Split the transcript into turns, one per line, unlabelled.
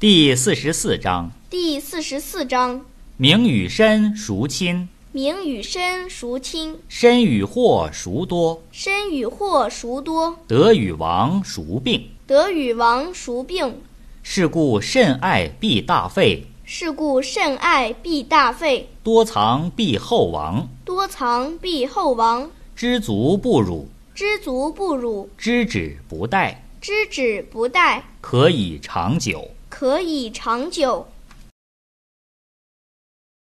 第四十四章：
第四十四章：
名与身孰亲？
名与身孰亲？
身与祸孰多？
身与祸孰多？
得与亡孰病？
得与亡孰病？
是故甚爱必大费，
是故甚爱必大费，
多藏必厚亡。
多藏必厚亡。
知足不辱，
知足不辱，
知止不殆，
知止不殆，
可以长久。
可以长久。